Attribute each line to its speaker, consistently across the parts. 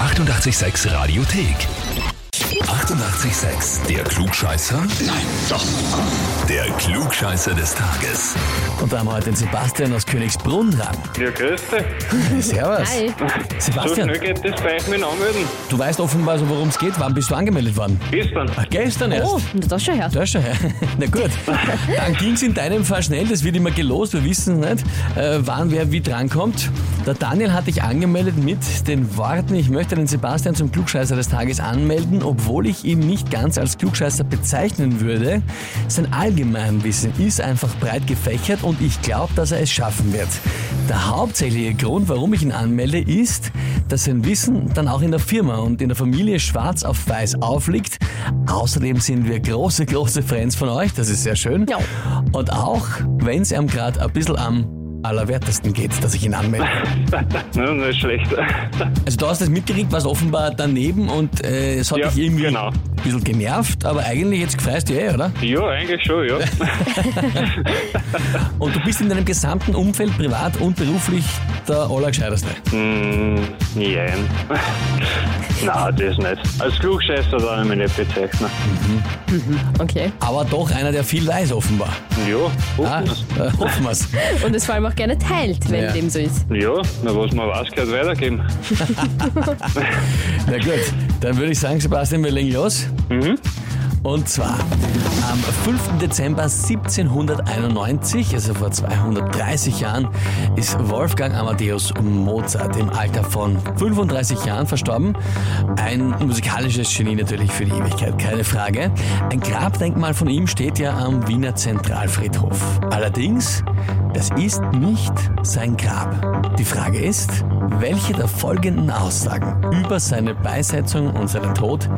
Speaker 1: 886 Radiothek. 88,6. Der Klugscheißer? Nein, doch. Der Klugscheißer des Tages.
Speaker 2: Und da haben wir heute den Sebastian aus Königsbrunn dran.
Speaker 3: Ja, grüß dich.
Speaker 2: Servus.
Speaker 4: Hi.
Speaker 3: So schnell
Speaker 2: Sebastian,
Speaker 3: geht das bei euch mit dem Anmelden.
Speaker 2: du weißt offenbar so, worum es geht. Wann bist du angemeldet worden?
Speaker 3: Gestern.
Speaker 2: Ah, Gestern erst.
Speaker 4: Oh, na, das schon her.
Speaker 2: Da schon, ja. Na gut. Dann ging es in deinem Fall schnell, das wird immer gelost, wir wissen nicht, äh, wann wer wie drankommt. Der Daniel hat dich angemeldet mit den Worten, ich möchte den Sebastian zum Klugscheißer des Tages anmelden, obwohl ich ihn nicht ganz als Klugscheißer bezeichnen würde. Sein Allgemeinwissen ist einfach breit gefächert und ich glaube, dass er es schaffen wird. Der hauptsächliche Grund, warum ich ihn anmelde, ist, dass sein Wissen dann auch in der Firma und in der Familie schwarz auf weiß aufliegt. Außerdem sind wir große, große Fans von euch, das ist sehr schön.
Speaker 4: Ja.
Speaker 2: Und auch, wenn es ihm gerade ein bisschen am allerwertesten geht, dass ich ihn anmelde.
Speaker 3: Nein, das ist schlecht.
Speaker 2: Also du hast das mitgekriegt, was offenbar daneben und äh, es hat
Speaker 3: Ja,
Speaker 2: dich irgendwie
Speaker 3: genau.
Speaker 2: ein bisschen genervt, aber eigentlich jetzt gefreist du eh, oder?
Speaker 3: Ja, eigentlich schon, ja.
Speaker 2: Und du bist in deinem gesamten Umfeld, privat und beruflich, der Allergescheiterste.
Speaker 3: Hm, nein. Nein, das nicht. Als Klugscheißer darf ich mich nicht bezeichnen.
Speaker 4: Okay.
Speaker 2: Aber doch einer, der viel weiß, offenbar.
Speaker 3: Ja,
Speaker 2: Ah,
Speaker 3: hoffen wir's.
Speaker 2: äh, hoffen wir's.
Speaker 4: Und es vor allem auch gerne teilt, wenn
Speaker 2: Ja.
Speaker 4: dem so ist.
Speaker 3: Ja, na, was man weiß, gehört weitergeben.
Speaker 2: Na gut, dann würde ich sagen, Sebastian, wir legen los. Und zwar am 5. Dezember 1791, also vor 230 Jahren, ist Wolfgang Amadeus Mozart im Alter von 35 Jahren verstorben. Ein musikalisches Genie natürlich für die Ewigkeit, keine Frage. Ein Grabdenkmal von ihm steht ja am Wiener Zentralfriedhof. Allerdings, das ist nicht sein Grab. Die Frage ist, welche der folgenden Aussagen über seine Beisetzung und seinen Tod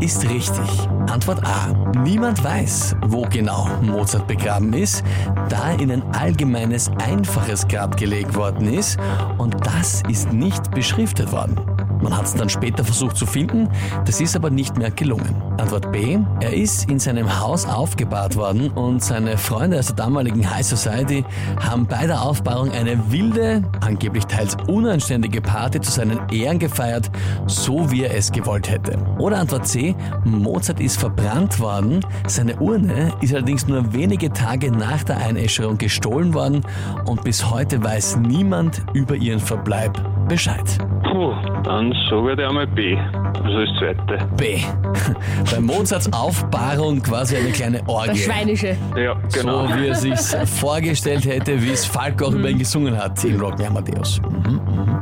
Speaker 2: ist richtig? Antwort A. Niemand weiß, wo genau Mozart begraben ist, da er in ein allgemeines, einfaches Grab gelegt worden ist und das ist nicht beschriftet worden. Man hat es dann später versucht zu finden, das ist aber nicht mehr gelungen. Antwort B. Er ist in seinem Haus aufgebahrt worden und seine Freunde aus der damaligen High Society haben bei der Aufbahrung eine wilde, angeblich teils unanständige Party zu seinen Ehren gefeiert, so wie er es gewollt hätte. Oder Antwort C. Mozart ist verbrannt worden, seine Urne ist allerdings nur wenige Tage nach der Einäscherung gestohlen worden und bis heute weiß niemand über ihren Verbleib Bescheid.
Speaker 3: Puh, dann sage ich einmal B. Also das zweite.
Speaker 2: B. Bei Mozarts Aufbahrung quasi eine kleine
Speaker 4: Das
Speaker 2: Orgie.
Speaker 4: Schweinische.
Speaker 3: Ja, genau.
Speaker 2: So wie er sich's vorgestellt hätte, wie es Falk auch über ihn gesungen hat in Rock Me Amadeus. Mhm, mhm.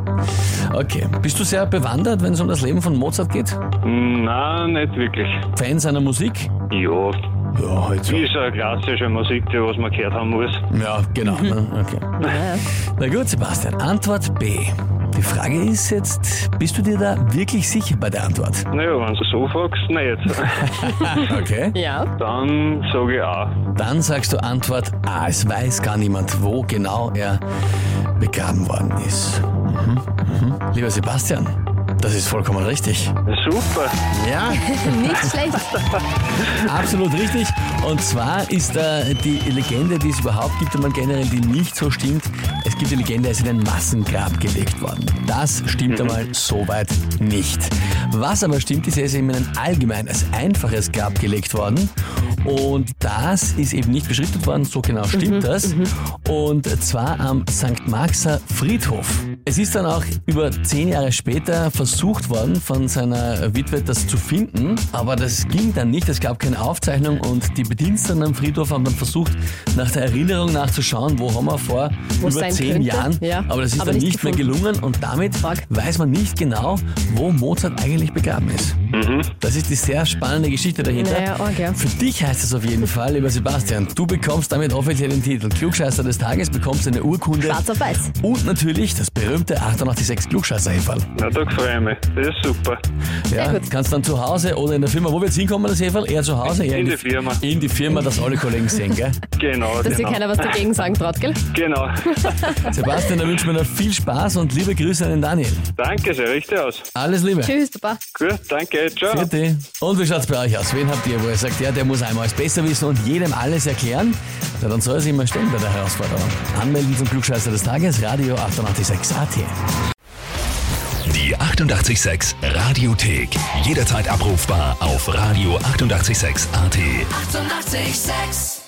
Speaker 2: Okay, bist du sehr bewandert, wenn es um das Leben von Mozart geht?
Speaker 3: Hm, Nein, nicht wirklich.
Speaker 2: Fan seiner Musik?
Speaker 3: Ja,
Speaker 2: Ja, halt so.
Speaker 3: ist eine klassische Musik, die was man gehört haben muss.
Speaker 2: Ja, genau. ne? Okay.
Speaker 4: Ja, ja.
Speaker 2: Na gut, Sebastian, Antwort B. Die Frage ist jetzt, bist du dir da wirklich sicher bei der Antwort?
Speaker 3: Naja, wenn du so fragst, nicht.
Speaker 2: Okay.
Speaker 4: ja.
Speaker 3: Dann sage ich auch.
Speaker 2: Dann sagst du Antwort A. Es weiß gar niemand, wo genau er begraben worden ist. Mhm. Mhm. Lieber Sebastian, das ist vollkommen richtig.
Speaker 3: Super.
Speaker 2: Ja,
Speaker 4: Nicht schlecht.
Speaker 2: absolut richtig. Und zwar ist da die Legende, die es überhaupt gibt, und man generell die nicht so stimmt. Es gibt die Legende, er ist in ein Massengrab gelegt worden. Das stimmt einmal soweit nicht. Was aber stimmt, ist, er ist eben in ein allgemeines, einfaches Grab gelegt worden. Und das ist eben nicht beschriftet worden, so genau stimmt das. Und zwar am St. Marxer Friedhof. Es ist dann auch über zehn Jahre später versucht worden, von seiner Witwe das zu finden, aber das ging dann nicht. Es gab keine Aufzeichnung und die Bediensteten am Friedhof haben dann versucht, nach der Erinnerung nachzuschauen, wo haben wir vor
Speaker 4: Wo es
Speaker 2: über
Speaker 4: sein
Speaker 2: zehn
Speaker 4: könnte,
Speaker 2: Jahren.
Speaker 4: ja.
Speaker 2: Aber das ist
Speaker 4: Aber
Speaker 2: dann
Speaker 4: nicht
Speaker 2: nicht mehr
Speaker 4: gefunden.
Speaker 2: gelungen und damit
Speaker 4: Fuck.
Speaker 2: weiß man nicht genau, wo Mozart eigentlich begraben ist. Das ist die sehr spannende Geschichte dahinter.
Speaker 4: Naja, arg, ja.
Speaker 2: Für dich heißt es auf jeden Fall, lieber Sebastian, du bekommst damit offiziell den Titel Klugscheißer des Tages, bekommst eine Urkunde
Speaker 4: Schwarz auf weiß.
Speaker 2: und natürlich das berühmte 886 klugscheißer -Häferl.
Speaker 3: Na, da freue ich mich. Das ist super.
Speaker 2: Ja,
Speaker 4: gut.
Speaker 2: kannst dann zu Hause oder in der Firma, wo wir jetzt hinkommen, das Heferl? Eher zu Hause? Eher
Speaker 3: In die Firma.
Speaker 2: In die Firma, dass alle Kollegen sehen, gell?
Speaker 3: Genau,
Speaker 4: Dass dir
Speaker 3: genau.
Speaker 4: keiner was dagegen sagen traut, gell?
Speaker 3: genau.
Speaker 2: Sebastian, da wünschen wir noch viel Spaß und liebe Grüße an den Daniel.
Speaker 3: Danke, sehr richtig aus.
Speaker 2: Alles Liebe.
Speaker 4: Tschüss, Papa.
Speaker 3: Gut, danke, ciao.
Speaker 2: Vierte. Und wie schaut's bei euch aus? Wen habt ihr, wo ihr sagt, ja, der muss einmal alles besser wissen und jedem alles erklären? Na, dann soll es immer stehen bei der Herausforderung. Anmelden zum Klugscheißer des Tages, Radio 886 AT.
Speaker 1: Die 886 886 Radiothek. Jederzeit abrufbar auf radio886.at. 886!
Speaker 5: 886